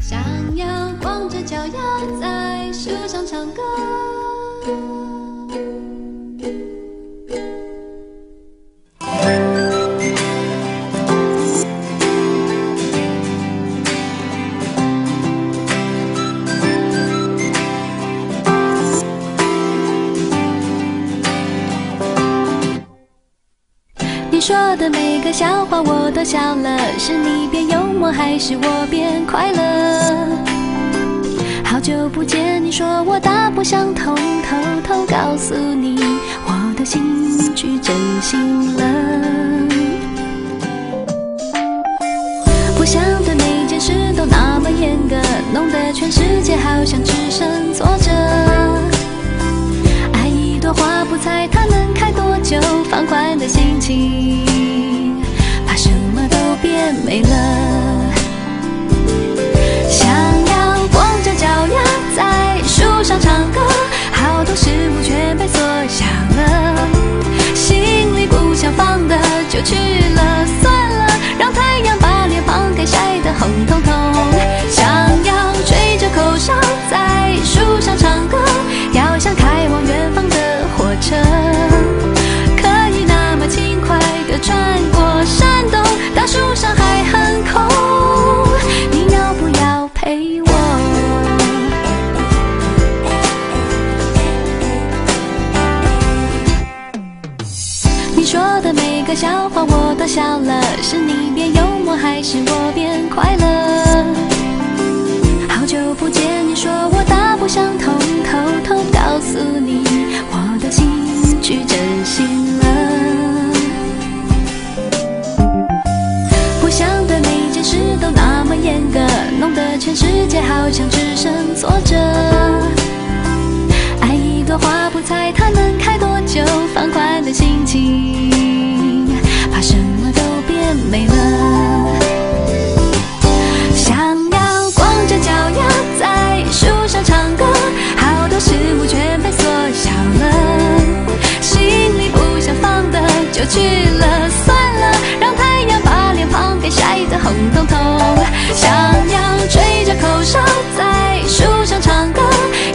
山羊光着脚丫在树上唱歌。你说的每个笑话我都笑了，是你变幽默还是我变快乐？好久不见，你说我大不相同，偷偷告诉你，我的心去真心了。不想对每件事都那么严格，弄得全世界好像只剩挫折。爱一朵花，不猜它能开多久，放宽的心情，怕什么都变美了。想要光着脚丫在树上唱歌，好多事物全被缩小了，心里不想放的就去了，算了，让太阳把脸庞给晒得红彤彤。想要吹着口哨在树上唱歌，要想开往远方的火车，可以那么轻快的穿过山洞，大树上还很空。你要不要陪我？你说的每个笑话我都笑了，是你变幽默还是我变快乐？好久不见，你说我大不相同，偷偷告诉你，我的心去真心了。不想对每件事都那么严格，弄得全世界好像只剩挫折。爱一朵花，不猜它能开多久，放宽的心情，怕什么都变美了。想要光着脚丫在树上唱歌，好多事物全被缩小了，心里不想放的就去了，算了，让太阳把脸庞给晒得红彤彤。想要吹着口哨在树上唱歌，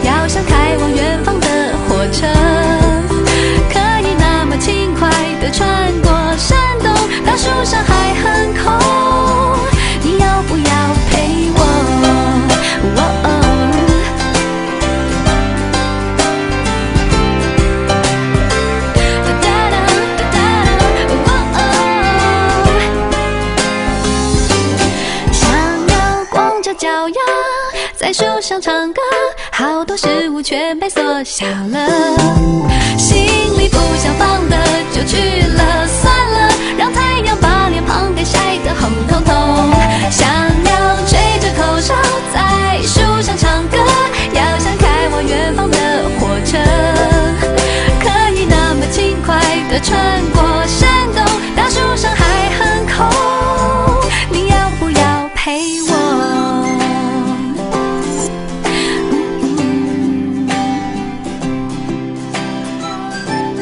要想开往远方的火车，可以那么轻快的穿过山洞，大树上还很空。你要不要陪我？哦哦哒哒哒哒哒哦哦想要光着脚丫在树上唱歌，好多事物全被缩小了，心里不想放的就去了，算了，让太阳把脸庞给晒得红彤彤。想要吹着口哨在树上唱歌，要想开往远方的火车，可以那么轻快的穿过山洞，大树上还很空。你要不要陪我？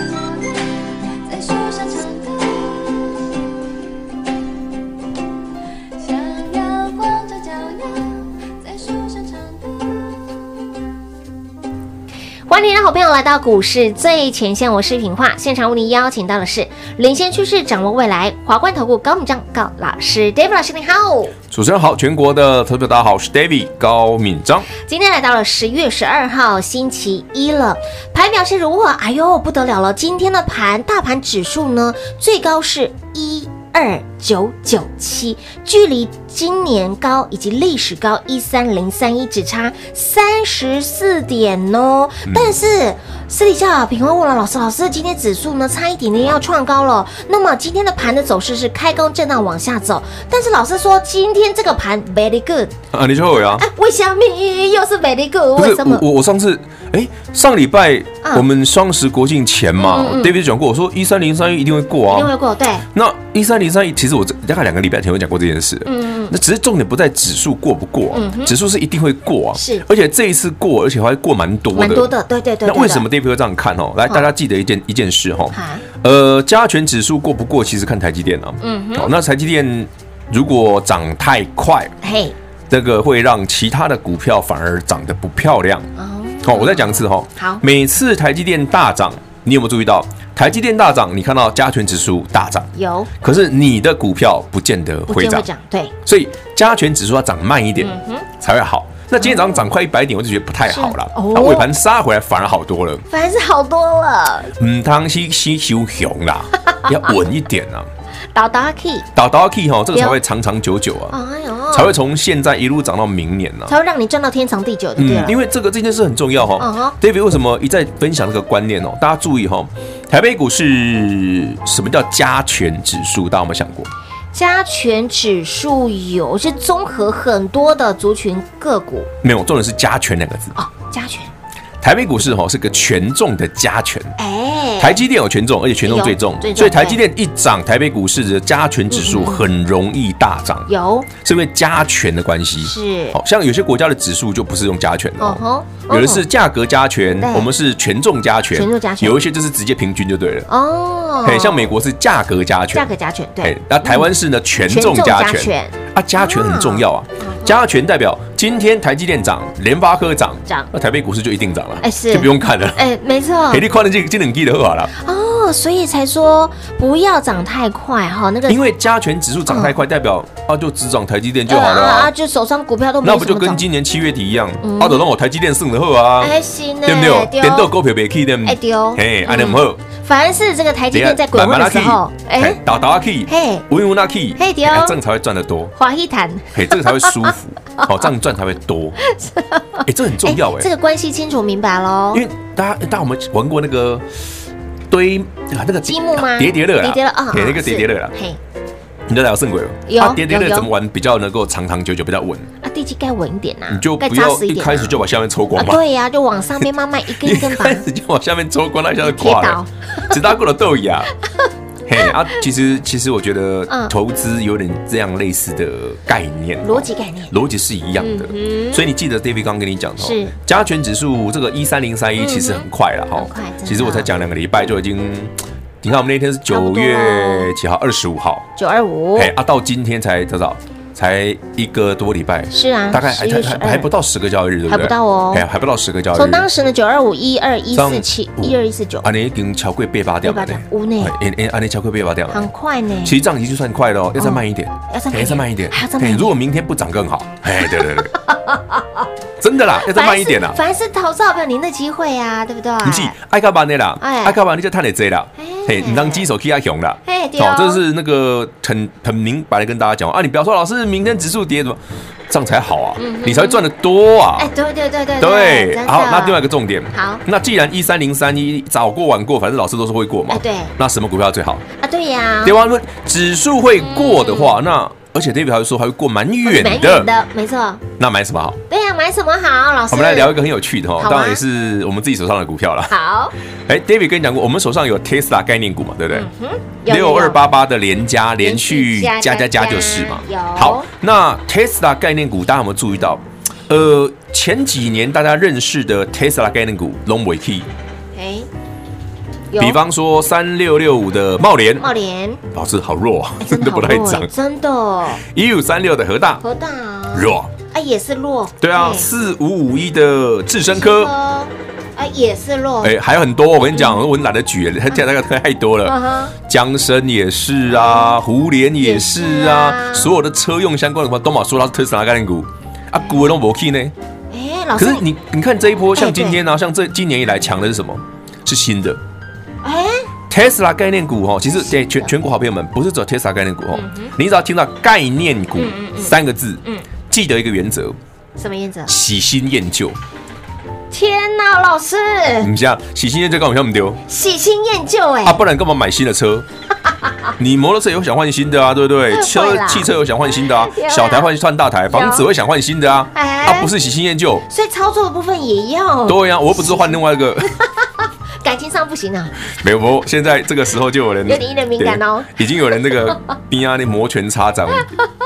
在树上唱歌，想要光着脚丫，在树上唱歌。欢迎你的好朋友来到股市最前线，我是品化，现场为您邀请到的是领先趋势、掌握未来华冠投顾高敏章高老师，David 老师你好。主持人好，全国的投资者大家好，我是 David 高敏章。今天来到了十月十二号星期一了，盘表现如何？哎呦，不得了了！今天的盘，大盘指数呢，最高是一二九九七，距离今年高以及历史高一三零三一只差三十四点哦。但是私底下啊评论问了老师，老师今天指数呢差一点点要创高了。那么今天的盘的走势是开高震荡往下走，但是老师说今天这个盘 very good。啊，你就有啊？哎，为什么又是美丽股？不为是哎什么我？我我上次哎上礼拜嗯我们双十国庆前嘛，David 讲过，我说一三零三一定会过因啊。为过对，那一三零三一，其实我这大概两个礼拜前有讲过这件事。嗯，那只是重点不在指数过不过、啊，指数是一定会过啊。是而且这一次过，而且还过蛮多的。蛮多的，对对对。那对为的什么 David 会这样看哦？来，大家记得一件一件事哦好。呃，加权指数过不过，其实看台积电啊。嗯好，那台积电如果涨太快，嘿，这个会让其他的股票反而涨得不漂亮。哦，好，我再讲一次哈。好每次台积电大涨，你有没有注意到？台积电大涨，你看到加权指数大涨，有可是你的股票不见得哦不会见会涨，涨，嗯对，所以加权指数要涨慢一点才会好。那今天早上涨快一百点，我就觉得不太好了是哦。啊尾盘杀回来反而好多了。反正是好多了。嗯，汤西西修熊 啦，要稳一点啊。倒打 key，倒倒 key 哈，这啊个才会长长久久啊，哎呦，才会从现在一路涨到明年呢、啊。嗯才会让你赚到天长地久，对不对了？因为这个这件事很重要哈、嗯哼 David 为什么一再分享这个观念哦？大家注意哈、台北股市什么叫加权指数？大家有没有想过？加权指数有是综合很多的族群个股没有，重点是加权两个字。哦，加权，台北股市哈、是个权重的加权，哎，台积电有权重，而且权重最重有，最重嗯所以台积电一涨，台北股市的加权指数很容易大涨，有是因为加权的关系。嗯是好像有些国家的指数就不是用加权的哦哦。吼，有的是价格加权对，我们是权重加权，权重加权有一些就是直接平均就对了。哦，嘿，像美国是价格加权，价格加权，嘿对，，那台湾是呢权重加权，啊，加权很重要啊，哦加权代表今天台积电涨，联发科涨，涨那台北股市就一定涨了，哎是就不用看了，哎，没错，给你看了这这两季的好了，哦，所以才说不要涨太快哈，那个因为加权指数涨太快，代表啊就只涨台积电就好了嗯啊啊，啊，就手上股票都没那有不什就么跟涨，今年七月底一样，啊，就让我台积电胜的好啊，哎，行呢，对不对？点到股票别去对不哎对哦嘿，嗯安尼唔好，反而是这个台积电在滚慢混慢的啊时候，去哎嘿，倒倒啊去，嘿稳稳啊去，嘿对哦哎这样才会赚得多。华一谈。哎嘿，这个才会舒 服，好，这样赚才会多。哎，这很重要哎这，个关系清楚明白喽因。为大家大家有没有玩过那个堆啊那个积木吗？叠叠乐啦，叠叠乐啊，嘿那个叠叠乐啦是，嘿，你知道圣鬼吗？有啊叠叠有乐有怎么玩比较能够长长久久，比较稳？啊，地基该稳一点呐，你就该不扎要实一一点啊。开始就把下面抽啊，光嘛。对呀，就往上面慢慢一根一一根 拔开。始就往下面抽光，那一下就挂跌倒了， 直到过了豆 芽。嘿啊，其实其实我觉得嗯投资有点这样类似的概念，哦逻辑概念逻辑是一样的。嗯哼所以你记得 David 刚跟你讲哦是嗯加权指数这个一三零三一其实很快了哈很快真的其实我才讲两个礼拜就已经。你看我们那天是差不九多哦月几号？二十五号。九二五哎，啊，到今天才多少？才一个多礼拜。是啊大概11还月还12还还不到十个交易日，对不对？还不到哦哎，还不到十个交易日。从当时的九二五一二一上四七五啊一二一四九，安尼已经超过八八点了八呢点有呢哎哎，安尼超过八八点了很呢。快呢。其实这样已经算快了哦，要再慢一点，要再慢一点哎要再慢一点还要再，慢一哎点如果明天不涨更好，哎，对对对， 真的啦，要再慢一点啊啦。凡是投资好朋友，您的机会啊，对不对？不是爱卡班的啦，哎爱卡班你就赚得多啦哎，嘿，你当鸡手去阿熊啦，嘿对哦这是那个很很明白的跟大家讲啊，你不要说老师明天指数跌怎么，这样才好啊，你才会赚得多啊嗯哎，，对对对对对，真的好，那另外一个重点，好那既然一三零三一早过晚过，反正老师都是会过嘛哎，对那什么股票最好？啊，对呀，对吧？那指数会过的话，那而且 David 还会说还会过蛮远蛮远的，的，没错。那买什么好？对呀，买什么好？老师，我们来聊一个很有趣的哦好，啊当然也是我们自己手上的股票啦。好，哎，David 跟你讲过，我们手上有 Tesla 概念股嘛，对不对？嗯有六二，八八的连加连续连续加加加加加就是嘛有。好，那 Tesla 概念股大家有没有注意到？呃，前几年大家认识的 Tesla 概念股 Long w Key，有哎，有比方说三六六五的茂联，茂联。老师好弱，啊哎，真的好不太弱哎涨。真的哦一五三六的和大核大啊弱，啊也是弱，对啊，哎四五五一的智深科，啊也是弱，哎，还有很多，我跟你讲，我懒得举了，它讲那个太多嗯了。哼，江生也是啊，胡联也是也是啊啊，所有的车用相关的话，都马说它是特斯拉概念股。啊，股都没去呢。哎老可师是，你，你看这一波，哎像今天啊，像这今年以来强的是什么？是新的哎 Tesla 概念股哦。其实，啊对全全国好朋友们，不是只有 Tesla 概念股嗯哦。你只要听到概念股三个字，记得一个原则：什么原则？喜新厌旧。天哪，老师你像喜新厌旧，干嘛要我们丢喜新厌旧啊？哎，不然干嘛买新的车？ 你摩托车有想换新的啊，对不对会？车啦汽车有想换新的啊 有，啦小台换换大台，房子会想换新的啊，哎哦啊不是喜新厌旧。所以操作的部分也要 对呀、我又不是换另外一个，感情上不行啊，没有，不过现在这个时候就有人有点有点敏感哦对已经有人 那个边啊那摩拳擦掌，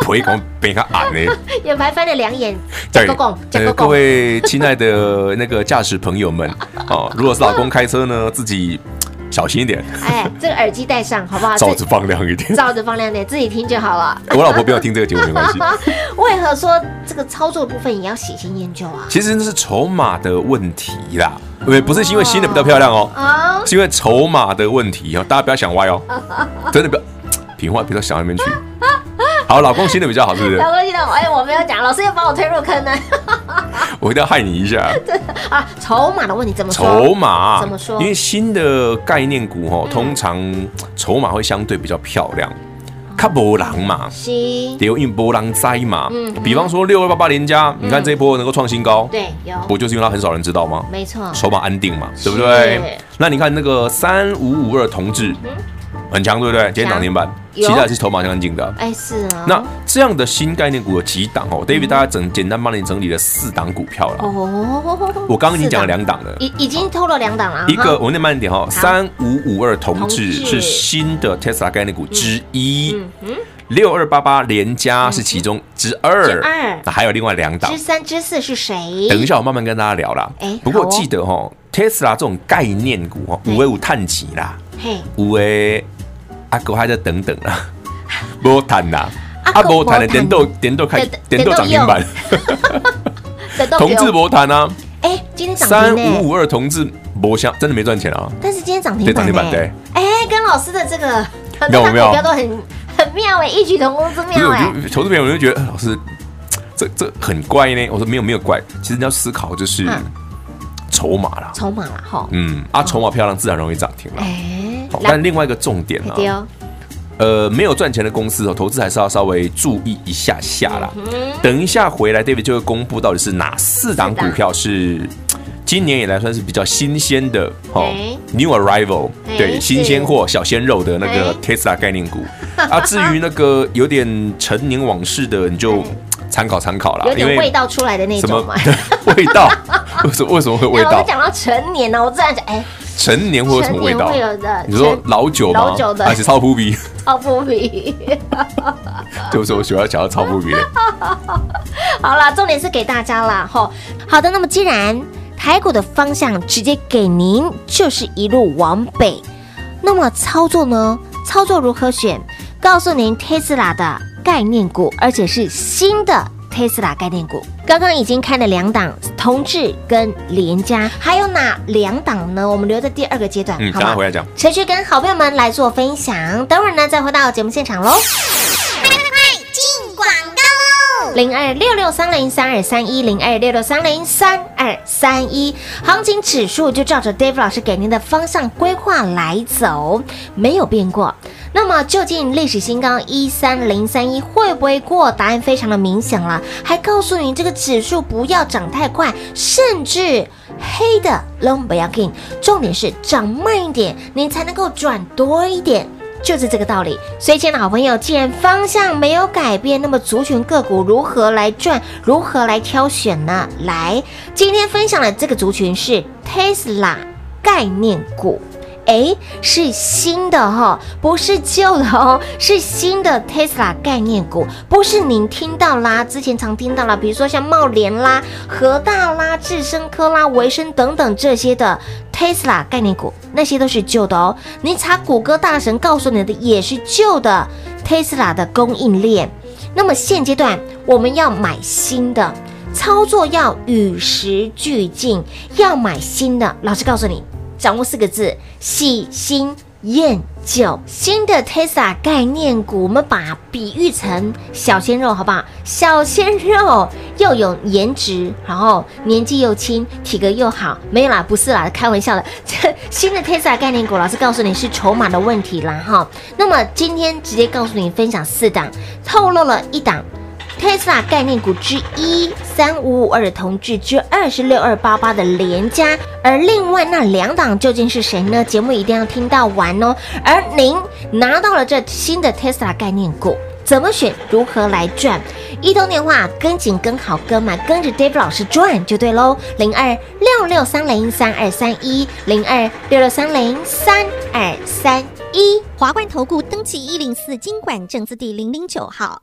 腿狂被他按呢。也白翻了两眼，对讲个讲，讲呃个各讲，位亲爱的那个驾驶朋友们， 哦，如果是老公开车呢，自己小心一点，哎，这个耳机戴上好不好？ 罩子放亮一点自。罩子放亮点，自己听就好了。我老婆不要听这个节目没关 系。为何说这个操作部分也要喜新厌旧啊？其实那是筹码的问题啦，对，不是因为新的比较漂 亮哦，啊，是因为筹码的问题哦，大家不要想歪 哦，真的不要，品话别到想那边去。好，老公新的比较好，是不 是？老公现在我哎，我没有讲，老师又把我推入坑了我一定要害你一下。 啊！筹码的问题怎么说？筹码怎么说嗯因为新的概念股哦，通常筹码会相对比较漂亮，哦看波浪嘛，西流运波浪灾嘛嗯。比方说六二八八连加，你看这一波能够创新高，对有，不就是因为它很少人知道吗？没错，筹码安定嘛，对不是对？那你看那个三五五二同志很强，对不对？今嗯天强涨停板，其有他也是筹码相近的。哎是啊，那这样的新概念股有几档哦？David，大家整简单帮你整理了四档股票了。嗯哦，我刚刚已经讲了是的，两档了。已已经偷了两档了啊，一个，哈我念慢一点哈、哦，三五五二同志同志是新的 Tesla 概念股之一嗯，嗯，六二八八联家是其中之二之二，那还有另外两档之，三之四是谁？等一下我慢慢跟大家聊啦哎。不过好哦记得哈、哦、，Tesla 这种概念股哦，对五 A 五探级啦，嘿，五 A 阿哥还在等等啦， 波探啦，啊还没没谈谈的点豆点豆开电点豆涨停板，等到同志不？波探啊，哎，今天三涨停呢五，五二同志波香真的没赚钱啊。但是今天涨停对板涨停板呢对，哎，跟老师的这个很妙多档不股妙票都很很妙哎，异曲同工之不是，妙我哎，就投资朋友我就觉得，呃老师，这这很怪呢。我说没有没有怪，其实你要思考就是嗯筹码啦，筹码啦哈，嗯，啊，筹码漂亮，自然容易涨停了。哎嗯好，，来但另外一个重点哎啊呢、对哦，呃，没有赚钱的公司哦，投资还是要稍微注意一下下啦。嗯，等一下回来，David 就会公布到底是哪四档四档股票是今年以来算是比较新鲜的哦哎，new arrival，哎对，是新鲜货、小鲜肉的那个哎 Tesla 概念 股。啊，至于那个有点陈年往事的，你就哎参考参考啦有，啊因点味为道出来的那什种啊么 嘛。味道？为什么为什么会有味老道师？讲到成年呢，我自然想，哎，陈年会有什么味道成年会有的？你说陈老酒吗？老酒的而且超扑鼻， 超不比。就是我喜欢讲到超扑鼻的。好啦，重点是给大家啦，吼。好的，那么既然台股的方向直接给您，就是一路往北，那么操作呢？操作如何选？告诉您 Tesla 的概念股，而且是新的。Tesla 概念股刚刚已经看了两档，同志跟联家，还有哪两档呢？我们留在第二个阶段，嗯，好等一下吗回？来讲。持续跟好朋友们来做分享。等会儿呢，再回到节目现场喽。零二六六三零三二三一零二六六三零三二三一，行情指数就照着 Dave 老师给您的方向规划来走，没有变过。那么究竟历史新高一三零三一会不会过？答案非常的明显了，还告诉你这个指数不要涨太快，甚至黑的 l o n 不要 g 重点是涨慢一点，您才能够赚多一点。就是这个道理。所以，亲爱的好朋友，既然方向没有改变，那么族群个股如何来赚，如何来挑选呢？来，今天分享的这个族群是 Tesla 概念股。诶，是新的哈、不是旧的哦， 是新的 Tesla 概念股，不是您听到啦，之前常听到啦，比如说像茂联啦、和大啦、智深科啦、维生等等这些的 Tesla 概念股，那些都是旧的哦。你查谷歌大神告诉你的也是旧的 Tesla 的供应链。那么现阶段我们要买新的，操作要与时俱进，要买新的。老师告诉你，掌握四个字：喜新厌旧。新的 Tesla 概念股，我们把它比喻成小鲜肉，好不好？小鲜肉又有颜值，然后年纪又轻，体格又好。没有啦，不是啦，开玩笑的。这新的 Tesla 概念股，老师告诉你是筹码的问题啦，哈。那么今天直接告诉你分享四档，透露了一档 Tesla 概念股之一三五五二的同志之二是六二八八的联家，而另外那两档究竟是谁呢？节目一定要听到完哦。而您拿到了这新的 Tesla 概念股，怎么选，如何来赚？一通电话跟紧跟好跟满，跟着 Dave 老师转就对喽。零二六六三零三二三一，零二六六三零三二三一。华冠投顾登记一零四经管证字第零零九号。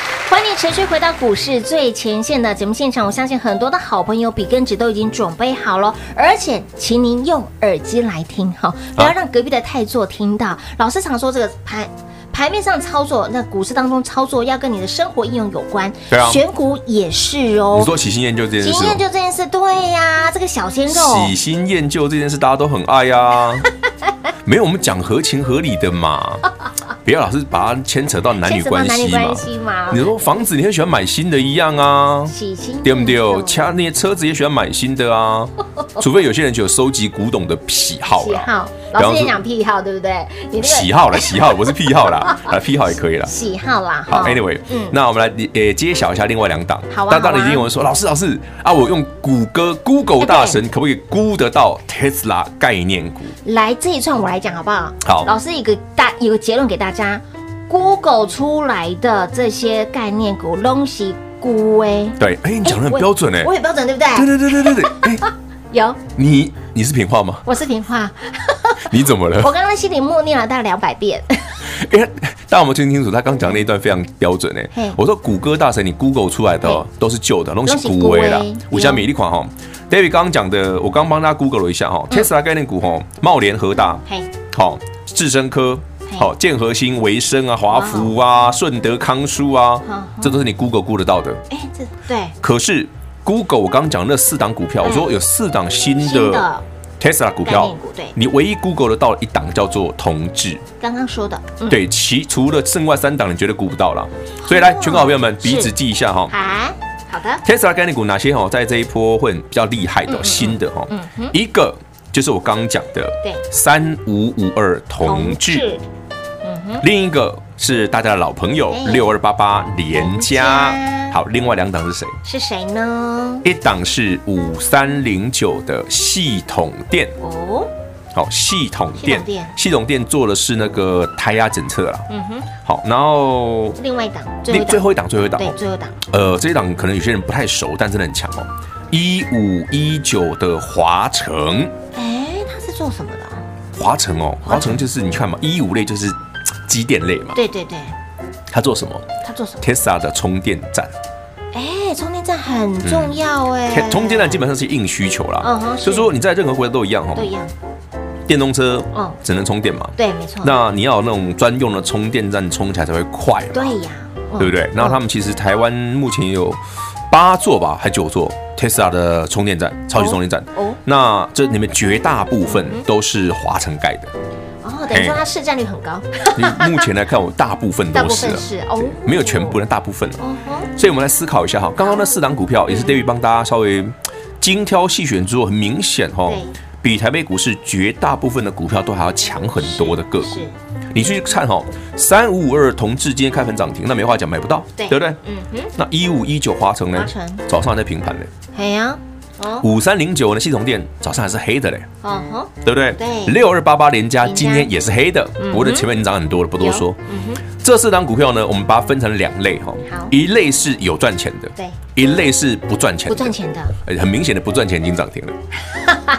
欢迎持续回到股市最前线的节目现场，我相信很多的好朋友笔跟纸都已经准备好了，而且请您用耳机来听哈，不要让隔壁的太座听到。老师常说这个盘。盘面上操作，那股市当中操作要跟你的生活应用有关，对啊选股也是哦。你说喜新厌旧这件今事天就哦，这件事，对呀、这个小鲜肉，喜新厌旧这件事大家都很爱呀、 没有，我们讲合情合理的嘛，不要老是把它牵扯到男牵女扯到关男女系嘛嗯关。系嘛，你说房子你很喜欢买新的一样啊，喜新对不对厌旧？掐那些车子也喜欢买新的啊，除非有些人就有收集古董的癖好喜啦，好，老比方师也说讲癖好，对不对？你那个喜好啦，喜好不是癖好啦，啊，癖好也可以啦。喜好啦，好哈，Anyway，嗯那我们来呃揭晓一下另外两档。好啊那当好然啊一定有人说，老师老师啊，我用谷歌 Google 大神可不可以估得到 Tesla 概念股？来这一串我来讲好不好？好老师有个大有个结论给大家，Google 出来的这些概念股东西股哎，对，哎，你讲的很标准哎我，很标准对不对？对对对对对 对，哎，有，你你是平话吗？我是平话， 你怎么了？我刚刚心里默念了大概两百遍，因为大家有没有听清楚？他刚讲那一段非常标准诶、嘿我说谷歌大神，你 Google 出来的哦都是旧的，东都是西旧的古味啦嗯。五家米粒款哈，David 刚刚讲的，我刚帮大家 Google 了一下哈、嗯 t e s l a 概念股哈，茂联、和大，嘿，好、智深科，嘿哦好、建和兴、维生啊、华孚啊、顺德康舒啊好，这都是你 Google 估得到的。哎，这对可是 Google 我刚讲那四档股票，我说有四档新嗯新的的 Tesla 股概票念股对，你唯一 Google 得到的一档叫做同志。刚刚说的，嗯，对，其除了剩外三档，你绝对估不到了。所以来，全国好朋友们，哦是鼻子记一下哈。好，好的， Tesla 概念股哪些哈，在这一波会比较厉嗯害的哦新的哈？一个就是我刚刚讲的，对三五五二同志，另一个是大家的老朋友哎六二八八联家联家。好，另外两档是谁？是谁呢？一档是五三零九的系统店，哦，好，系统系店统店，系统店做的是那个胎压检测啦。嗯哼，好，然后另外一档，最后另一最档，后一档，最后一档对哦，，最后一档，呃，这一档可能有些人不太熟，但真的很强哦。一五一九的华城，哎，他是做什么的啊？华城哦，华城就是你看嘛，一五类就是嘖机电类嘛，对对对，它做什么他做什么？ ？Tesla 的充电站，哎，充电站很重要哎，充电站基本上是硬需求嗯啦哼，是所以说你在任何国家都一样都哦一，样，电动车嗯只能充电嘛，对，没错，那你要有那种专用的充电站充起来才会快嘛，对呀，嗯对不对？然后他们其实台湾目前也有八座吧，还九座 Tesla 的充电站，超级充电站。哦嗯那这里面绝大部分都是华晨盖的。哦，等于说嘿它市占率很高，你目前来看，我大部分 大都部是分啊，是哦，没有全部，但大部分啊了。哦哼，所以我们来思考一下哈，刚刚那四档股票也嗯是 David 帮大家稍微精挑细选之后，很明显哈对，比台北股市绝大部分的股票都还要强很多的个股。是你去看哈、哦，三五五二同志今天开盘涨停，那没话讲，买不到，对不对？嗯哼。那一五一九华城呢？华城早上还在平盘呢。哎呀，哦，五三零九呢，系统店早上还是黑的嘞，哦哼，对不对？对六二八八连家联家今天也是黑的，我的前面已经涨很多了，不多有嗯说。这四档股票呢，我们把它分成两类哈、好一类是有赚钱的，对，一类是不赚钱不的。赚钱的，呃，很明显的不赚钱已经 涨停了。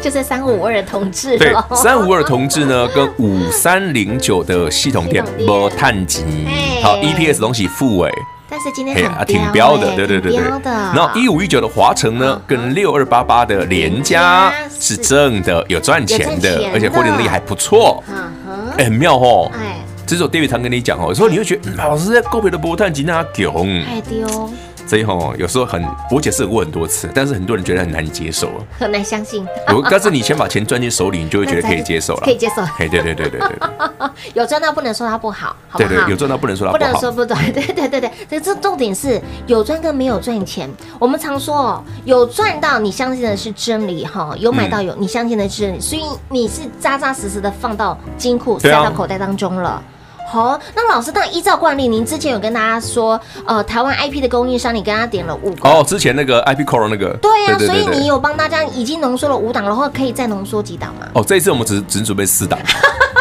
就是三五五二的同志对咯，三五二同志呢，跟五三零九的系统店系统店没探及哎，好 EPS，E 东西负哎，对但是今天嘿很啊，挺标的，欸对对对挺对标。的。那一五一九的华晨呢，跟六二八八的联联家家是是正的，有赚钱有赚的钱，而且获利能力还不错。嗯哼，哎，很妙哦！哎，这是我 David 常跟你讲哦，有时候你会觉得，嗯老师在勾别的波探吉那囧，太丢，这一吼有时候很，我解释过很多次，但是很多人觉得很难接受。哦很难相信。 我告诉你，先把钱赚进手里，你就会觉得可以接受 了，可以接受嘿，对对对对对有赚到不能说它不好， 好不对好？对，有赚到不能说它不不能说好，不 对，对对对对，这这重点是有赚跟没有赚钱。我们常说哦，有赚到你相信的是真理哈，有买到有你相信的是真理，所以你是扎扎实实的放到金库塞对啊到口袋当中了。好、那老师，那依照惯例，您之前有跟大家说，呃，台湾 IP 的供应商，你跟他点了五个。哦，之前那个 IP Core 那个，对呀、所以你有帮大家已经浓缩了五档，然后可以再浓缩几档吗？哦，这一次我们只只准备 四档，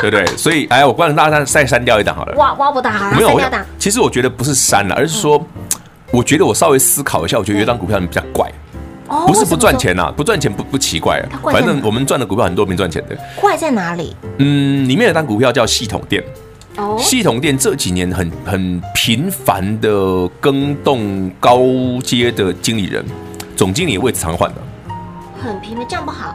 对不对？所以哎，我帮大家再删掉一档好了。挖挖不到，好了，没有，三我家想档，嗯其实我觉得不是删了，而是说，我觉得我稍微思考一下，我觉得有一档股票比较怪，哦不是不赚，为什么钱呐，啊不赚钱不不奇怪啊它，怪在反哪正我们赚的股票很多没赚钱的。说怪在哪里？嗯，里面有一档股票叫系统店，哦，系统店这几年很很频繁的更动高阶的经理人，总经理位置常换的，很平的，这样不好。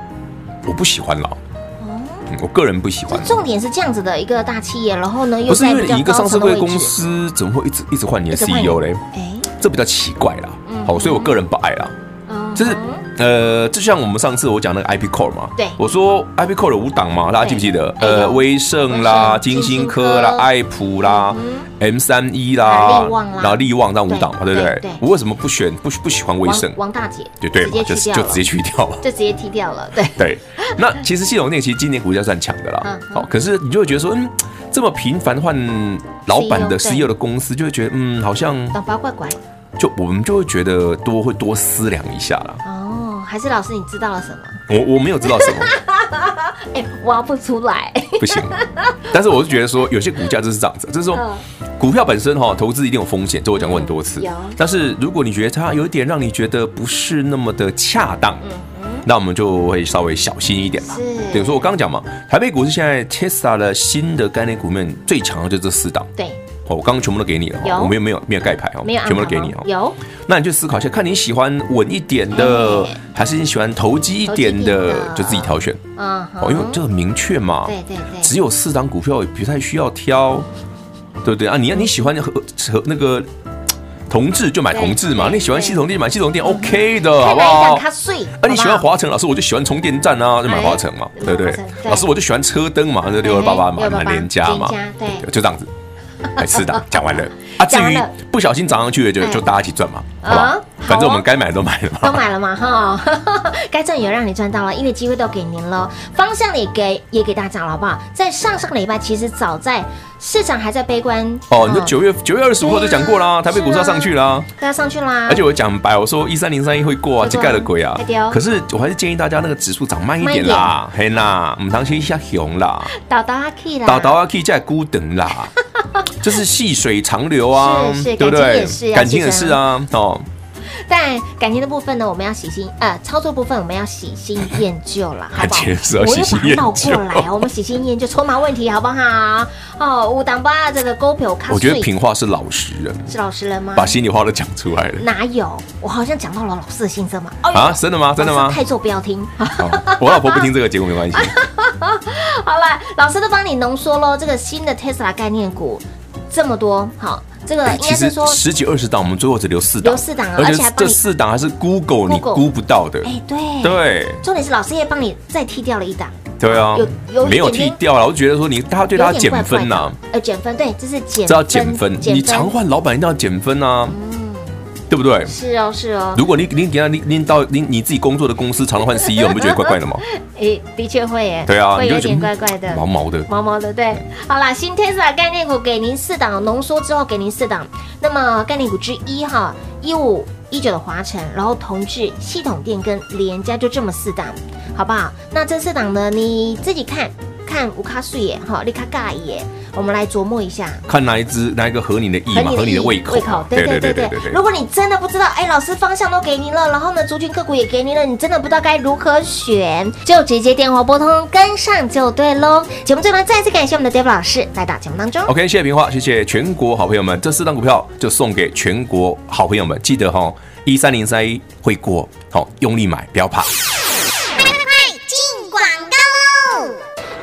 我不喜欢啦。哦嗯我个人不喜就欢。重点是这样子的一个大企业，然后呢又不是在因为比较你一个高上市层的贵位置。公司怎么会一直一直换你的一直换你 CEO 嘞？哎，这比较奇怪啦嗯。好，所以我个人不爱啦。嗯就是呃，就像我们上次我讲那个 IP Core 嘛，对我说 IP Core 有五档嘛，大家记不记得？对哎呃，有威盛威啦、盛金金星星科啦科、嗯爱普啦、M 三一啊啦力旺啦，然后力旺这样五档嘛，对对不对对对？我为什么不选不不喜欢威王盛？王大姐，对对嘛直接，就去掉就了直接去掉了。 就直接踢掉了，对，对，那其实系统内其实今年股价算强的啦嗯。嗯好，可是你就会觉得说，嗯，这么频繁换老板的 CEO CEO 的公司，就会觉得嗯，好像短发怪怪。就我们就会觉得多会多思量一下啦。哦，还是老师你知道了什么？我我没有知道什么。哎，挖不出来。不行。 但是我是觉得说，有些股价就是这样子，就是说股票本身哈，投资一定有风险，这我讲过很多次嗯有。但是如果你觉得它有一点让你觉得不是那么的恰当，那我们就会稍微小心一点嘛。嗯是对，所以我刚刚讲嘛，台北股市现在 Tesla 的新的概念股里面最强的就是这四档。 对，哦，我刚刚全部都给你了哦，有我没有没有没有盖牌哦，没有按全部都给好吗你哦。有那你就思考一下，看你喜欢稳一点的，哎还是你喜欢投机一点的投机一点的，就自己挑选啊，哦，因为这很明确嘛。哎对对对，只有四档股票，也不太需要挑，对不对啊？你你喜欢和和那个同志就买同志嘛，对对你喜欢系统店买系统店，OK 的，再好不来一档好？咖碎，啊，你喜欢好不好华晨老师，我就喜欢充电站啊，就买华晨嘛，哎对不对买华晨？对老师，我就喜欢车灯嘛，就六二八八哎嘛， 628买廉价嘛廉价，对就这样子。哎，是的，讲完了啊。至讲完于了不小心涨上去的，就哎就大家一起赚嘛，啊好不好？反好正哦我们该买都买了都嘛。买了嘛哈， 该赚也让你赚到了，因为机会都给您了，方向也给也给大家了，好不好？在上上礼拜，其实早在市场还在悲观哦，你说嗯九月九月二十五号就讲过啊啦，台北股市要上去啦。大家上去啦，而且我讲白，我说一三零三一会过啊，啊会这过啊盖的鬼啊会掉哦！可是我还是建议大家那个指数涨慢一点啦，嘿啦，我们当先下熊啦，导导阿 K 啦，倒倒啊，可以再孤等啦， 就是细水长流啊是，是对不感情对也是？要感情也是啊，哦，但感情的部分呢，我们要喜新呃，操作部分我们要喜新厌旧了，好 感不好情？是要我又喜把新它厌倒过旧。来，我们喜新厌旧，筹码问题好不好？哦，五档八这个股票，卡我觉得碎平话是老实人，是老实人吗？把心里话都讲出来了哪有？我好像讲到了老师的心声嘛。哦，啊！真的吗？真的老吗师？太做不要听。好我老婆不听这个，结果没 关系。好了，老师都帮你浓缩喽。这个新的 Tesla 概念股这么多，好，这个应哎其该是实说，十几二十档，我们最后只留四档，留四档啊而而且且还帮这你四档还是 Google 你 Google 估不到的，哎，对，对。重点是老师也帮你再踢掉了一档，对啊有有一点，点没有剃掉了，啊我就觉得说你他对他有点减怪怪分的呐、呃，减分，对，这是减，这要减分，减嗯你常换老板一定要减分啊，对不对？是哦，是哦，如果你你给他拎拎到你你自己工作的公司常常换 CEO，你不觉得怪怪 的吗？诶，哎的确会耶，哦对啊，会你就有会觉点得嗯怪怪的，毛毛的。毛毛的，对。好啦，新 Tesla 概念股给您四档，浓缩之后给您四档。那么概念股之一哈，一五一九的华晨，然后同志系统店跟联家就这么四档，好不好？那这四档呢，你自己看看五卡数也哈，利卡尬也。我们来琢磨一下。看哪一只哪一个合你的意嘛，合你的意胃口胃嘛口，，对对对对如果你真的不知道，哎，老师方向都给您了，然后呢，族群个股也给您了，你真的不知道该如何选，就直接电话拨通跟上就对喽。节目最后呢，再次感谢我们的 David 老师来到节目当中。 OK，谢谢平花，谢谢全国好朋友们，这四档股票就送给全国好朋友们，记得哈、哦，一三零三一会过，好、用力买，不要怕。进广告喽！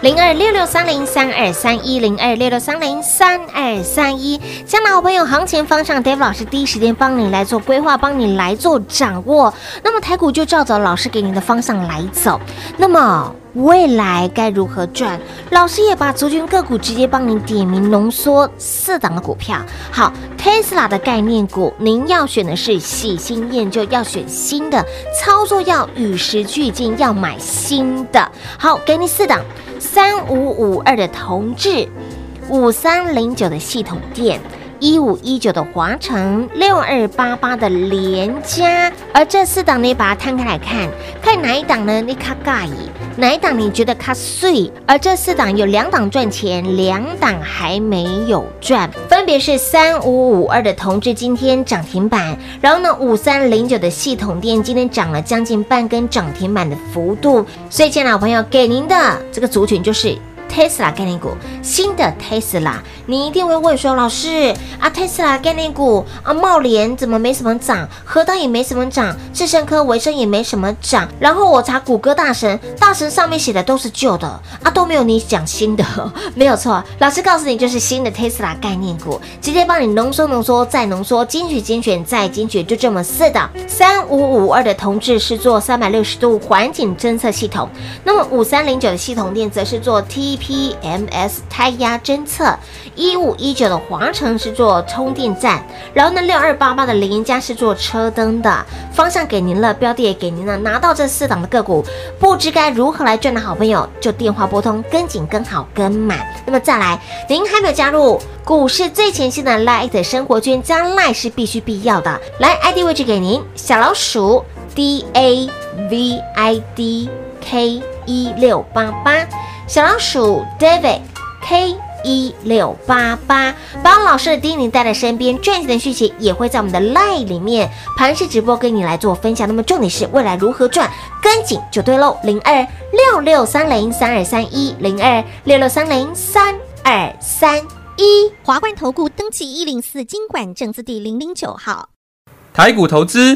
零二六六三零三二三一零二六六三零三二三一，将来好朋友行情方向，Dave 老师第一时间帮你来做规划，帮你来做掌握。那么台股就照着老师给你的方向来走。那么未来该如何赚？老师也把族群个股直接帮你点名浓缩四档的股票。好，Tesla 的概念股，您要选的是喜新厌旧，要选新的，操作要与时俱进，要买新的。好，给你四档。三五五二的同志，五三零九的系统店。一五一九的华城，六二八八的联家，而这四档你把它摊开来看，看哪一档呢？你卡尬意，哪一档你觉得卡碎？而这四档有两档赚钱，两档还没有赚，分别是三五五二的同志今天涨停板，然后呢五三零九的系统店今天涨了将近半根涨停板的幅度，所以亲爱的好朋友，给您的这个族群就是。Tesla 概念股，新的 Tesla，你一定会问说，老师啊，Tesla 概念股啊，茂联怎么没什么涨，核大也没什么涨，智胜科、维生也没什么涨。然后我查谷歌大神，大神上面写的都是旧的啊，都没有你讲新的， 没有错。老师告诉你，就是新的 Tesla 概念股，直接帮你浓缩、浓缩再浓缩，精选、精选再精选，就这么四档。三五五二的同志是做三百六十度环境侦测系统，那么五三零九的系统店则是做 TPMS 胎压侦测，一五一九的华城是做充电站，然后呢六二八八的林家是做车灯的，方向给您了，标的也给您了，拿到这四档的个股，不知该如何来赚的好朋友，就电话拨通，跟紧、跟好、跟满。那么再来，您还没有加入股市最前线的 Light 生活圈，加 Light 是必须必要的，来 ID 位置给您，小老鼠 D A V I D K 一六八八，小老鼠 David K 一六八八，把老师的叮咛带在身边，赚钱的讯息也会在我们的 Line 里面盘式直播跟你来做分享。那么重点是未来如何赚，跟紧就对喽。零二六六三零三二三一零二六六三零三二三一。华冠投顾登记一零四经管证字第零零九号。台股投资，